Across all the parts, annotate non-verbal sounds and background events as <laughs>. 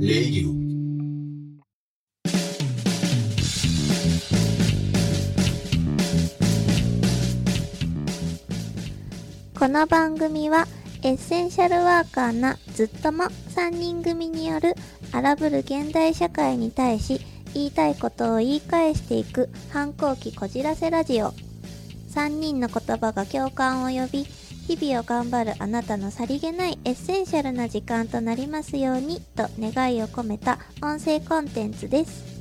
レイオこの番組はエッセンシャルワーカーなずっとも3人組による荒ぶる現代社会に対し言いたいことを言い返していく反抗期こじらせラジオ3人の言葉が共感を呼び日々を頑張るあなたのさりげないエッセンシャルな時間となりますようにと願いを込めた音声コンテンツです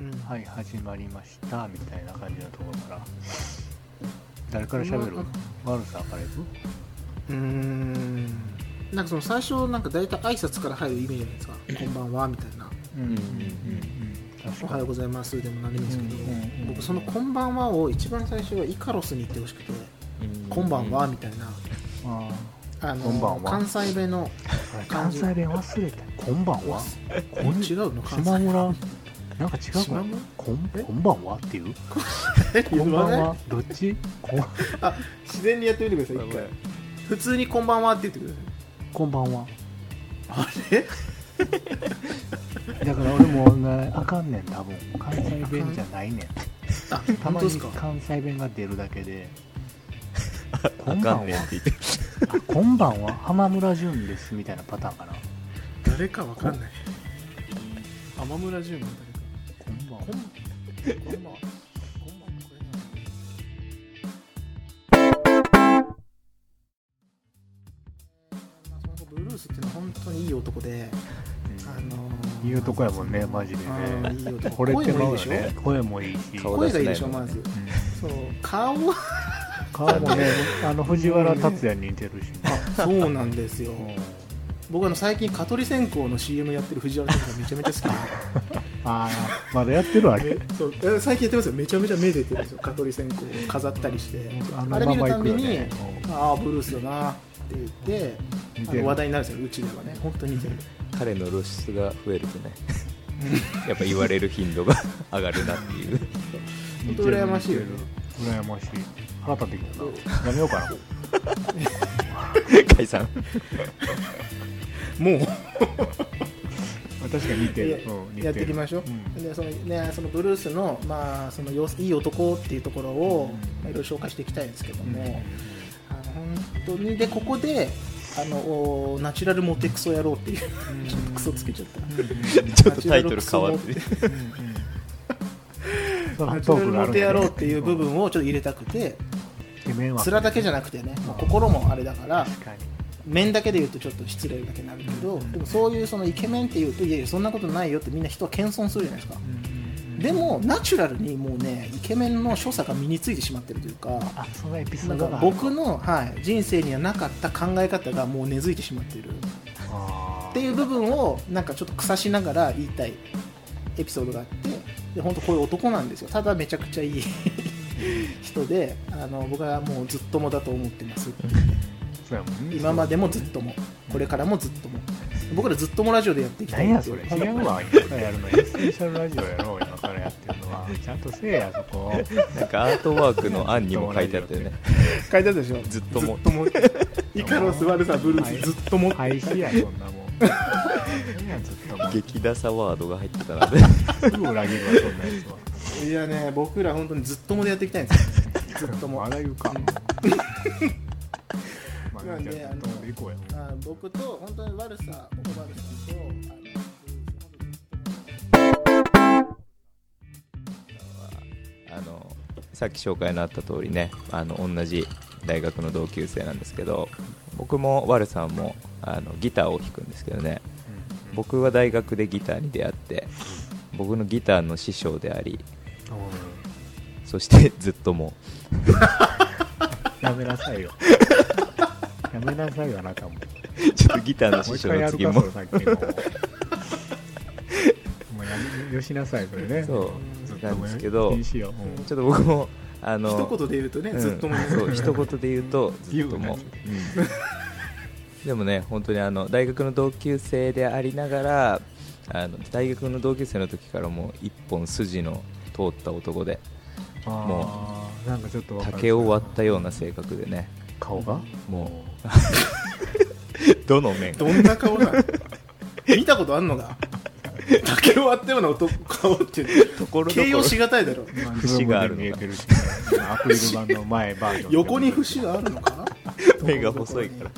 うん、はい、始まりました、みたいな感じのところから。誰から喋るワルさんから行くうーんなんかその最初なんか大体挨拶から入るイメージじゃないですか「こんばんは」みたいなうんうんうんうん。 「おはようございます」でもなるんですけど、うんうんうん僕その「こんばんは」を一番最初はイカロスに言ってほしくて「こんばんは」みたいな、ああのこんばんは関西弁のー関西弁忘れた。こんばんは。こん違うの関島西村。なんか違うか島な村。こん、えこんばんはっていう。 <laughs> 言こんばんわないは。どっち。こん、自然にやってみてください一回普通に「こんばんは」って言ってくださいこんばんは。あれ <laughs> だから俺もなあかんねん多分関西弁じゃないねんあた本ま当ですにか関西弁が出るだけでこあんばかんんねんっはて言ってあこんばんは浜村淳ですみたいなパターンかな誰かわかんない天村純の誰かこんばんはこんこんばんはこんばんはこれなんだまあそもそもブルースっていうのは本当にいい男で、あのーいい男やもんねマジでねうんいい男これって声もいまいでしうょ、よね声もいいし顔声がいいでしょ出せなまいもんねずそう顔は顔もねあの藤原竜也に似てるし、ねそうなんですようん僕あの最近香取線香の CM やってる藤原さんがめちゃめちゃ好きああまだやってるあでれそうえ最近やってますよめちゃめちゃ目出てるんですよ香取線香を飾ったりしてああのれま見るまた行んくびよに、ねああブルースだなって言ってうん似てあのる話題になるんですようちではね本当に似てる彼の露出が増えるとね <laughs> やっぱ言われる頻度が <laughs> 上がるなっていう本当羨ましいよね似てる羨ましい腹立ってきたなやめようかな <laughs> 解散も確かに似てる、うん、似てうるやっていきましょう、うんでそのね、そのブルースの,、まあ、そのよいい男っていうところを、うんまあいろいろ紹介していきたいんですけどうんも、あの本当にでここであのおナチュラルモテクソやろうっていう <laughs> ちょっとクソつけちゃったちょっとタイトル変わってるそのトークがあるんだナチュラルモテやねろうっていう部分をちょっと入れたくててめえは面だけじゃなくてねもう心もあれだから確かに面だけで言うとちょっと失礼だけになるけどでもそういうそのイケメンって言うといやいやそんなことないよってみんな人は謙遜するじゃないですかでもナチュラルにもうねイケメンの所作が身についてしまってるというかあそのエピソなーんドかが僕の、はい、人生にはなかった考え方がもう根付いてしまってるあーっていう部分をなんかちょっと腐しながら言いたいエピソードがあってで本当こういう男なんですよただめちゃくちゃいい人であの僕はもうずっともだと思ってますそうやもんね今までもずっともこれからもずっとも僕らずっともラジオでやっていきたい何やそれって違いううわ今からやるのエッセンシャルラジオやろう今からやってるのはちゃんとせえやそこなんかアートワークの案にも書いてあ <laughs> ったよね書いてあるでしょずっともイカロス悪さブルースずっとも廃止やそんなもん何やずっともう激ダサワードが入ってたなすぐ裏切るわそんなやつはいやね僕ら本当にずっともでやっていきたいんですよずっともまだ言うかまあじゃあずっともでいこうやあ僕と本当に悪さ僕悪さとあのあのさっき紹介のあった通りねあの同じ大学の同級生なんですけど僕もワルさんもあのギターを弾くんですけどね僕は大学でギターに出会って僕のギターの師匠でありそしてずっともやめなさいよやめなさいよあなたもう <laughs> ちょっとギターのもう師一匠回のやる次かもそれさっきの <laughs> もうやめよしなさいそれねそうずっとなもんですけど禁止よちょっと僕もあの一言で言うとね、うんずっともねそう一言で言うとずっとも、うんでもね本当にあの大学の同級生でありながらあの大学の同級生の時からもう一本筋の通った男でもうなんかちょっとわかる竹を割ったような性格でね顔がもうどの面どんな顔なの <laughs> 見たことあんのか竹を割ったような男顔ってところど形こ容ろしがたいだろまあ節があるのかズームで見えてるしアクリル板の前バージョン横に節があるのかな目が細いから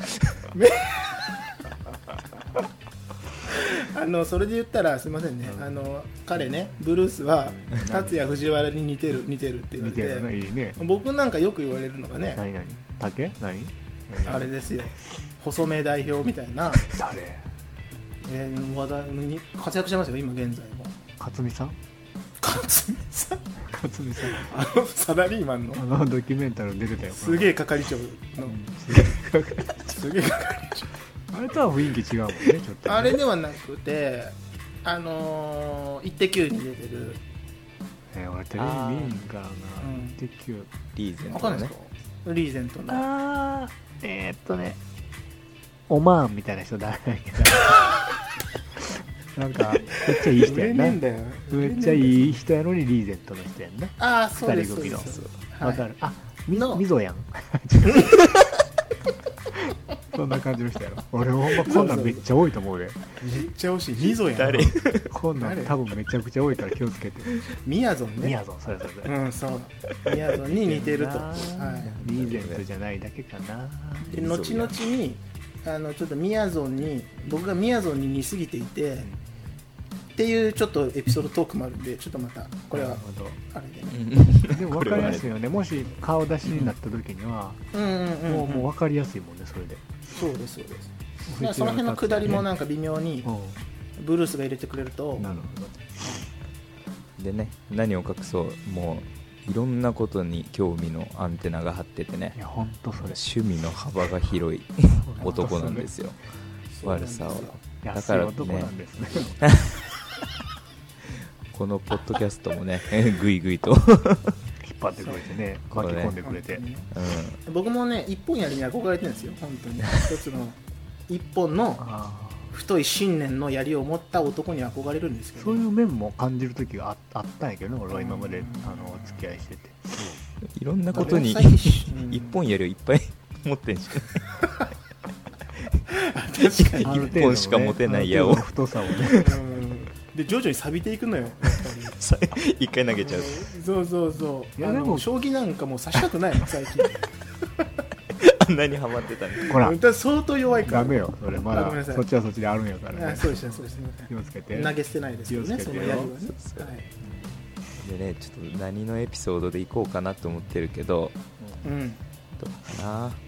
あのそれで言ったらすみませんね、あの彼ねブルースは達也藤原に似てる似てるって言わ見れててるのいいね僕なんかよく言われるのがね何何竹何あれですよ細目代表みたいな、誰えー話題に活躍してますよ今現在も勝美さん勝美さん勝美さんあのサラリーマンのあのドキュメンタルに出てたよすげえ係長のすげえ係長あれとは雰囲気違うもんねちょっとねあれではなくてあのー、イッテ Q に出てるえー俺テレビ見えんからなうんテキューリーゼンわトかんなのいでねすかリーゼントのあーえーっとねオマーンみたいな人誰だっけ <laughs> ななんかめっちゃいい人やんなだよめっちゃいいい人やのにリーゼントの人やんなああそうです二そう人組でのすわはかいるあみのみぞやん <laughs> そんな感じの人やろ俺ほんまこんなんめっちゃ多いと思うでめっちゃ惜しいみぞやん誰こんなん多分めちゃくちゃ多いから気をつけてみやぞんみねやぞんそれそれそれうんそうみやぞんに似てるなと、は、リーゼントじゃないだけかないで後々にあのちょっとみやぞんに僕がみやぞんに似すぎていて、っていうちょっとエピソードトークもあるんでちょっとまたこれなはるほどあれでね <laughs> でもこ分れかはねりやすいよねもし顔出しになった時には、うんうんもうん、うう、んもう分かりやすいもんねそれでそうですそうですだからその辺の下りもなんか微妙にうブルースが入れてくれるとんなるでね何を隠そうもういろんなことに興味のアンテナが張っててねいや本当それ趣味の幅 <laughs> が広い男なんですよそう悪さをそうなんですよだ安かいらね男なんですね <laughs> このポッドキャストもね <laughs> ぐいぐ <laughs> いと、うん、引っ張ってくれてねそう巻き込んでく本れ当て、にね僕もね一本やりに憧れてるんですよ本当に一つの一本のあ太い信念の槍を持った男に憧れるんですけーどそういう面も感じる時がああったんやけどね俺は今までうんあのお付き合いしてていろんなことにあれは最近うん一本やりをいっぱい持ってんしか確か <laughs> 一本しか持てない矢をある程度の太さをねうんで徐々に錆びていくのよやっぱりさ <laughs> 一回投げちゃうそうそうそういやあのでも将棋なんかもう指したく <laughs> ないもん最近あんなにハマってたのにほらだから相当弱いからダメよそれまあごめだんなさいそっちはそっちであるんやからあねそうでしたそうでした気をつけて投げ捨てないですよね気をそつけのてよ槍はねそうはいでねちょっと何のエピソードでいこうかなと思ってるけどうんどうかな <laughs>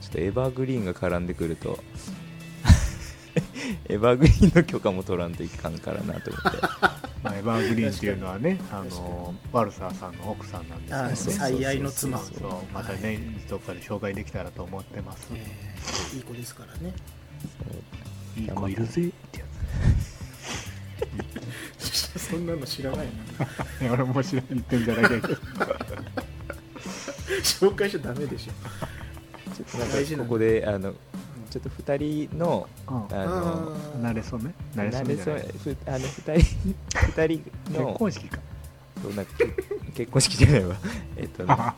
ちょっとエバーグリーンが絡んでくると <laughs> エバーグリーンの許可も取らんといかんからなと思ってまあエバーグリーンっていうのはねあにのワルサーさんの奥さんなんですけどあねそう最愛の妻そうそうまたね、どっかで紹介できたらと思ってます、えーいい子ですから <laughs> ねいい子いるぜってやそんなの知らないなつ <laughs> ね俺も知らん言ってんじゃないけど紹介しちゃダメでしょちょっとなんか大事なこのこであのちょっと2人のうんあの慣れそうね慣れそう慣れじゃそなういふあの2人 <laughs> 二人の結婚式かそうなんかけ結婚式じゃないわ <laughs> えっとねあ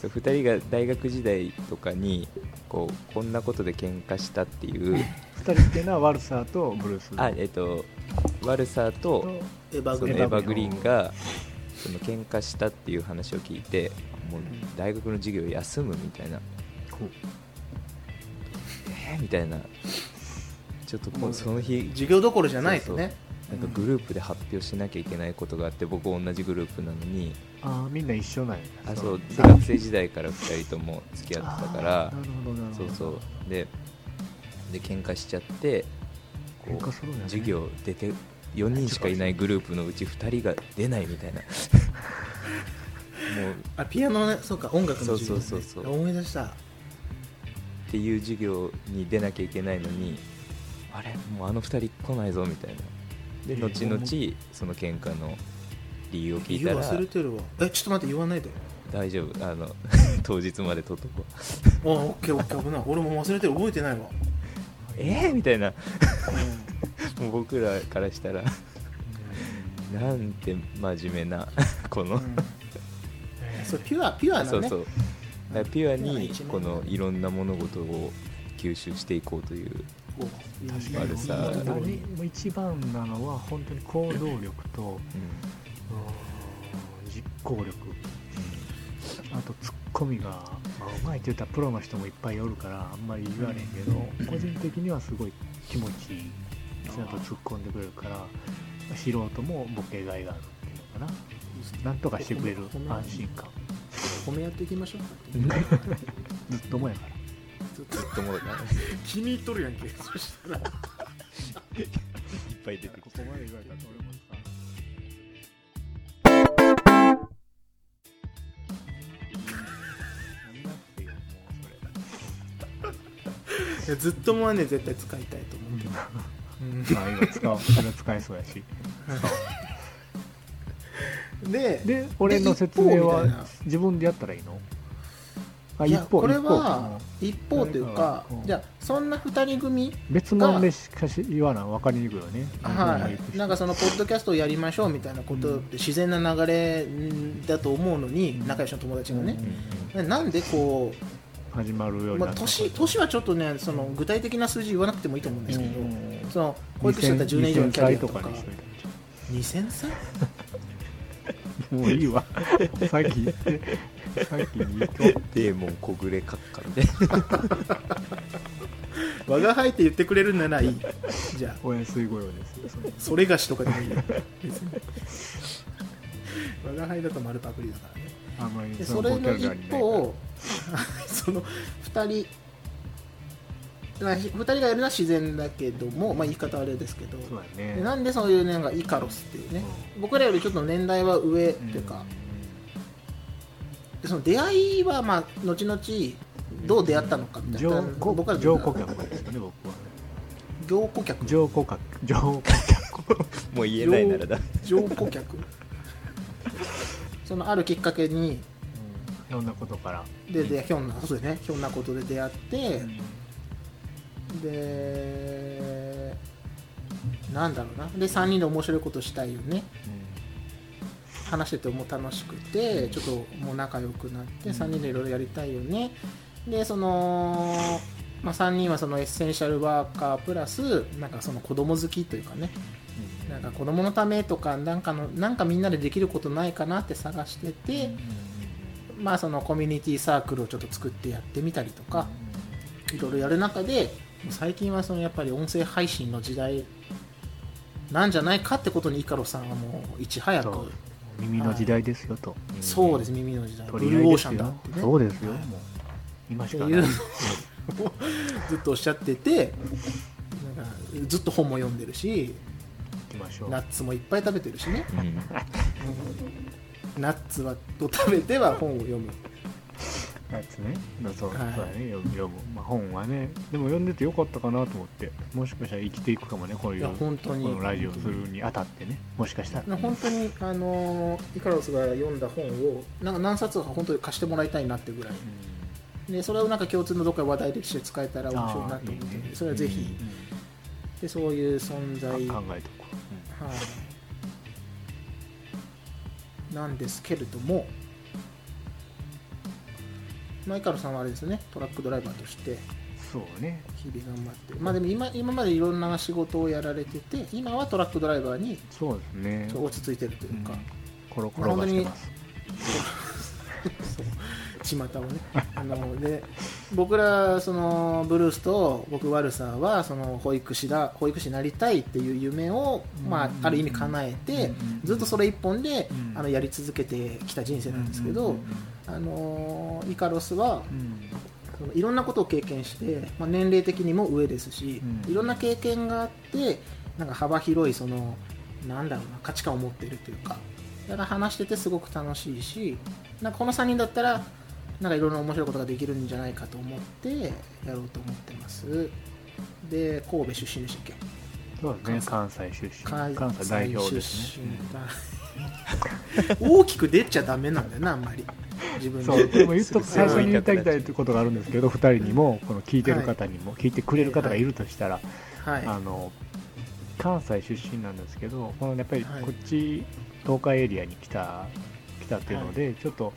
そう2人が大学時代とかにこうこんなことで喧嘩したっていう二人っていうのはワルサーとブルースあえっとワルサーととエバーそグのリエーンヴァグリーンがその喧嘩したっていう話を聞いてもう大学の授業休むみたいなえーみたいなちょっとこうその日授業どころじゃないとねなんかグループで発表しなきゃいけないことがあって僕同じグループなのにああみんな一緒なんやあのそうで学生時代から2人とも付き合ってたからあーなるほどなるほそどうそうでで喧嘩しちゃってこ喧嘩するんやね授業出て4人しかいないグループのうち2人が出ないみた <laughs> いなもうあピアノのねそうか音楽の授業ねそうそうそうそう思い出したっていう授業に出なきゃいけないのにあれもうあの2人来ないぞみたいなでえー後々その喧嘩の理由を聞い言たうら忘れてるわえちょっと待って言わないで大丈夫あ <laughs> の当日まで取っとこうあオッケーオッケー危ない俺も忘れてる覚えてないわえー、みたいなもう僕らからしたらなんて真面目な <laughs> この、そうピュアピュアなねそうそうだからピュアにうんこのいろんな物事を吸収していこうというこう確かに悪さいいところに何一番なのは本当に行動力とうん実行力あとツッコミが、まあ、うまいって言ったらプロの人もいっぱいおるからあんまり言われへんけど、個人的にはすごい気持ちいいちゃんと突っ込んでくれるから素人もボケがいがあるっていうのかななんとかしてくれる安心感褒め合っていきましょう <laughs> ずっともやからずっとずっともろいない気に入っとるやんけそしたらっぱい出てきてまで言われたら俺もさいやずっともはね絶対使いたいと思ってまあ今使おう今使えそうやしるでで俺の説明は自分でやったらいいのあい一や方これ一方は一方というかうんじゃあそんな2人組別物でしかし言わない分かりにくいよねはうんい、なんかそのポッドキャストをやりましょうみたいなことって自然な流れだと思うのに仲良しの友達がね、なんでこ始まるようにう、なまあ、った年年はちょっとねその具体的な数字言わなくてもいいと思うんですけど、うんその保育士だったら10年以上のキャリアとか2000歳にしといたらいいんちゃ2000歳うもういいわさっき言ってさっき言 <laughs> ってでもうこぐれかっかみたいな我が輩って言ってくれるならいいじゃあお安いご用ですよそれそれがしとかでもいいよ別に我が輩だと丸パクリだからねあんまりでそそのれボキャのブ一ラリーないから方 <laughs> その2人2人がやるのは自然だけども、まあ、言い方はあれですけどそうだでねなんでそういうなんかイカロスっていうね僕らよりちょっと年代は上っていうか、でその出会いはまあ後々どう出会ったのかみたいな上こ僕ら上顧客ですよね僕は上顧客上顧客上顧もう言えないならだ上顧客そのあるきっかけにいろんなことからででひょんなそうですねひょんなことで出会って、でなんだろうなで3人で面白いことしたいよね話してても楽しくてちょっともう仲良くなってうん3人でいろいろやりたいよねでその、まあ、3人はそのエッセンシャルワーカープラスなんかその子供好きというかねなんか子供のためとかなんかのなんかみんなでできることないかなって探してて、まあ、そのコミュニティサークルをちょっと作ってやってみたりとかいろいろやる中で最近はそのやっぱり音声配信の時代なんじゃないかってことにイカロさんはもういち早くそう耳の時代ですよとそうですす耳の時代ブ取りル合ーいオでーシすャンだっよてねそうですよはいもう今しってかいなういのをずっとおっしゃっててなんかずっと本も読んでるし行きましょうナッツもいっぱい食べてるしねうんナッツはと食べては本を読むやつねそうそうはいだね読む読む、まあ、本はねでも読んでてよかったかなと思ってもしかしたら生きていくかもねこういいうや本当にこのラジオをするにあたってねもしかしたら本当にあのイカロスが読んだ本をなんか何冊か本当に貸してもらいたいなってぐらいうんでそれをなんか共通のどっかで話題として使えたら面白いなと思ってあーいいねそれはぜひ、うんでそういう存在、あは考えとこい、なんですけれども、まあ、イカロさんはあれですねトラックドライバーとしてうそうね日々頑張って、まあ、でも今今までいろんな仕事をやられてて今はトラックドライバーにそうですねちょっと落ち着いてるというか、コロコロがしてます巷をね <laughs> あので僕らそのブルースと僕ワルサーはその保育士だ保育士になりたいっていう夢を、まあ、ある意味叶えてずっとそれ一本でうんあのやり続けてきた人生なんですけうどんあのイカロスはうんそのいろんなことを経験して、まあ、年齢的にも上ですしうんいろんな経験があってなんか幅広いそのなんだろうな価値観を持っているというかだから話しててすごく楽しいしなんかこの3人だったらなんかいろんな面白いことができるんじゃないかと思ってやろうと思ってますで神戸出身でしたっけそうですね関西出身関西代表ですね <laughs> 関西出身だ大きく出ちゃダメなんだよなあんまり自分そうででも言っとく最初に言ってあげたいってことがあるんですけど2人にもこの聞いてる方にも聞いてくれる方がいるとしたらはあの関西出身なんですけどこのやっぱりはいこっち東海エリアに来た来たっていうので、ちょっと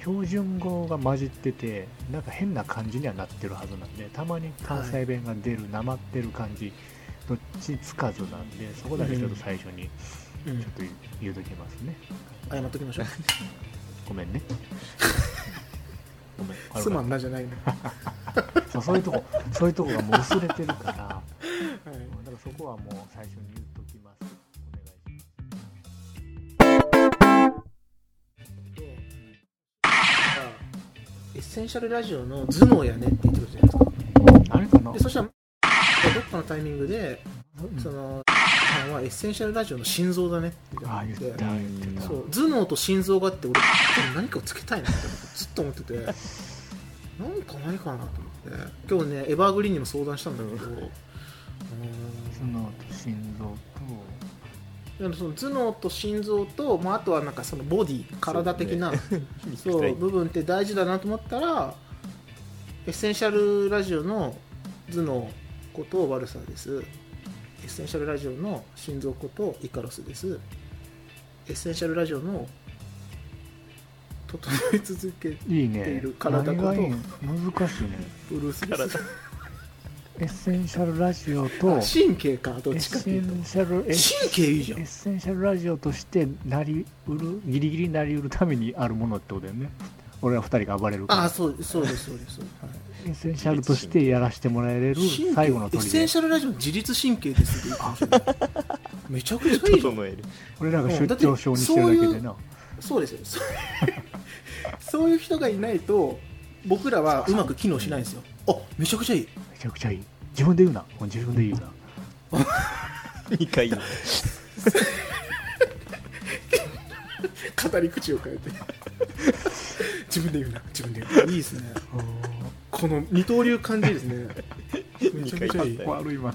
標準語が混じっててなんか変な感じにはなってるはずなんでたまに関西弁が出るなまってる感じどっちつかずなんでそこだけちょっと最初にい、うんちょっと言うときますね謝っときましょうごめんねごめん悪かったすまんなじゃないの、はそうそういうとこそういうとこがもう薄れてるからだかいらそこはもう最初に言うときますお願いしますでエッセンシャルラジオの頭脳やねって言ってるじゃないですかあれかなでそしたらどっかのタイミングで、うんそのさんはエッセンシャルラジオの心臓だねって言ああっ言っててた言ってたそう頭脳と心臓があって俺何かをつけたいなってずっと思っててなんかないかなと思って今日ねエバーグリーンにも相談したんだけど、うーん頭脳と心臓でもその頭脳と心臓と、まあ、あとはなんかそのボディ体的なそう,、そうね部分って大事だなと思ったらエッセンシャルラジオの頭脳こと悪さですエッセンシャルラジオの心臓ことイカロスですエッセンシャルラジオの整え続けといいっていねる体何ごとがいいの難しいねブルースですエッセンシャルラジオとエッセ神経かどっンちシかっていうとャルエッ神経いいじゃエんッセンシャルラジオとしてなりうるギリギリになりうるためにあるものってことだよね俺ら二人が暴れるかああらそうそうですそうです、はいエッセンシャルとしてやらせてもらえれる神経最後のエッセ砦ンシャルラジオの自律神経ですって言ってましたねめちゃくちゃいいじゃん整える俺らが出張症にしてるだけでなそうですよそう <laughs> そういう人がいないと僕らはうまく機能しないんですよあめちゃくちゃいいめちゃくちゃいい自分で言うなもう自分で言うな2回言う語り口を変えて <laughs> 自分で言うな自分で言うないいですねこの二刀流感じですねめちゃくちゃいい二回言ったよ悪いま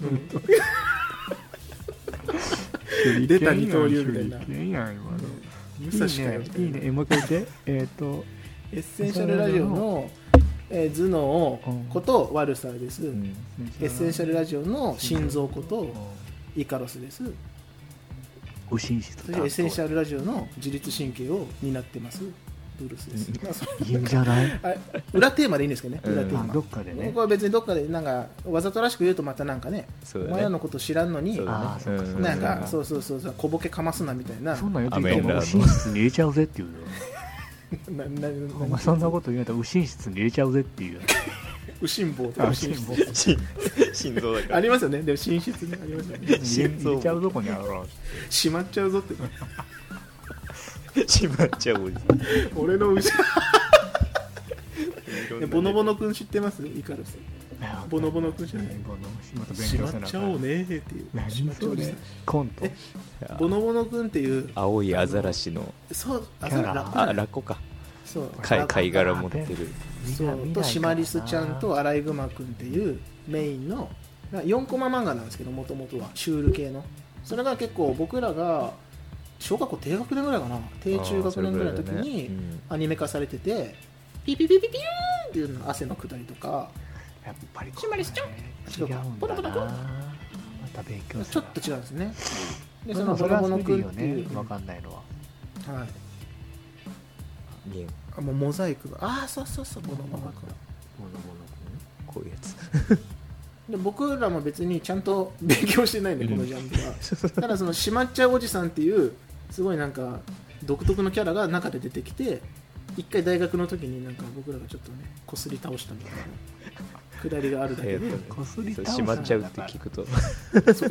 う出ん <laughs> 出た二刀流みたいな武蔵かよみたいいいね、いいね、なえもう一回言って、えっと、エッセンシャルラジオの、えー頭脳こと悪さです、うんエッセンシャル、ルラジオの心臓ことイカロスですお紳士とそしてエッセンシャャルラジオの自律神経を担ってますブルースです、まあそ <laughs> れル。いいんじゃないあ裏テーマでいいんですけどねうん裏テーまマ、あ、どっかでね僕。は別にどっかでなんかわざとらしく言うとまたなんかねそうおだ前らのねこと知らんのにそうあーだそっねかそっうんなんかそううそうそうそう小ボケかますなみたいなそんなん言うアメてンたラら、ーおド紳士室に入れちゃうぜっていうよ。なな <laughs> お前、そんなこと言うんやったら、お紳士室に入れちゃうぜっていうよ。右心房とかあ心房心心臓だかあらりますよねでも寝室ねありますよね心臓入れちゃうどこにあるのしまっちゃうぞってしまっちゃうおじ俺の後さんろボノボノくん知ってますイカロス <laughs> ボノボノ君じゃないボノ、またし勉ま強っせなあちかゃんおうね。ーっていうしま何っちゃおそうれねコント。ボノボノくんっていう青いアザラシのそうあキそャうララッコあラッコかそう貝ラッコ貝殻持ってるそうとシマリスちゃんとアライグマくんっていうメインのな4コマ漫画なんですけどもともとはシュール系のそれが結構僕らが小学校低学年ぐらいかな低中学年ぐらいの時にアニメ化されててピピピピピューンっていうの汗のくだりとかやっぱりシマリスちゃん違うんポロだなポロポロまた勉強ちょっと違うんですねでそそののそボれロはそボれノでくいいんよっていねう分かんないのははいうん見えんあもうモザイクがああそうそうそうボロボノくんものものこういうやつで僕らも別にちゃんと勉強してないんでこのジャンルは、 <laughs> ただそのしまっちゃうおじさんっていうすごいなんか独特のキャラが中で出てきて一回大学の時になんか僕らがちょっとねこすり倒したみたいなくだりがあるだけえでーとこすりそう倒しさまなっちゃうって聞くと <laughs> そ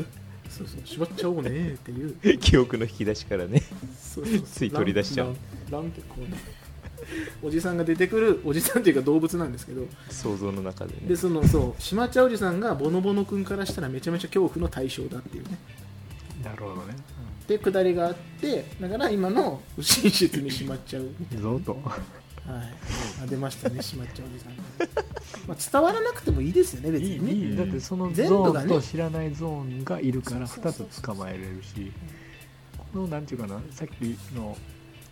うそうしまっちゃおうねっていう記憶の引き出しからねそうそうそうつい取り出しちゃうランランランってこうねおじさんが出てくるおじさんっていうか動物なんですけど想像の中でねでそのそうしまっちゃうおじさんがボノボノ君からしたらめちゃめちゃ恐怖の対象だっていうねなるほどねで下りがあってだから今の不審室にしまっちゃう、はいゾウとあ、出ましたねしまっちゃうおじさん <laughs> が、まあ、伝わらなくてもいいですよね別にねいいだってそのゾ全部がーねンと知らないゾーンがいるからそうそ2うそうつ捕まえれるしこのなんていうかなさっきの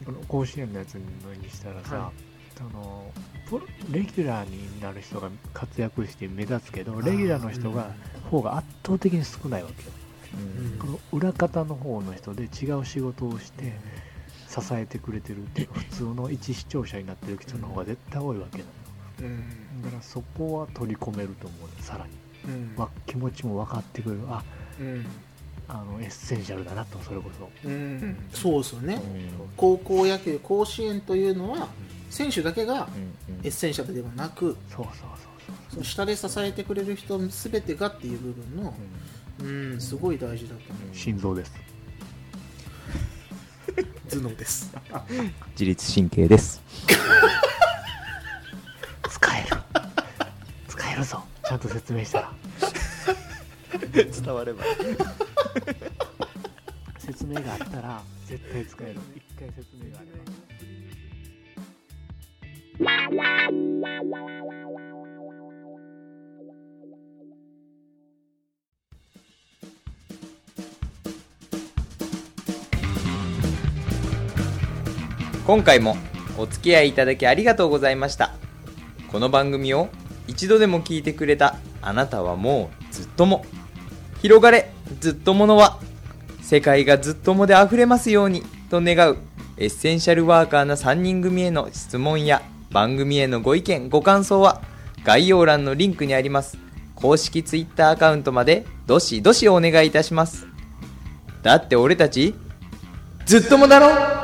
この甲子園のやつのにしたらさ、はあのプロレギュラーになる人が活躍して目立つけどレギュラーの人が方が圧倒的に少ないわけよ、うんこの裏方の方の人で違う仕事をして支えてくれてるっていうか普通の一視聴者になってる人の方が絶対多いわけなのうんだからそこは取り込めると思うよさらに、うんわ気持ちも分かってくれるあうんあのエッセンシャルだなとそれこそうんそうですよね、うん高校野球甲子園というのは選手だけがうんエッセンシャルではなくそうそうそうその下で支えてくれる人全てがっていう部分のうんすごい大事だと思そう心臓ですう頭脳です自律神経です使 <laughs> える使えるぞちゃんと説明したら <laughs> 伝われば説明があったら絶対使える一回説明があれば今回もお付き合いいただきありがとうございましたこの番組を一度でも聞いてくれたあなたはもうずっとも広がれずっとものは世界がずっともであふれますようにと願うエッセンシャルワーカーな3人組への質問や番組へのご意見ご感想は概要欄のリンクにあります公式 Twitter アカウントまでどしどしお願いいたしますだって俺たちずっともだろ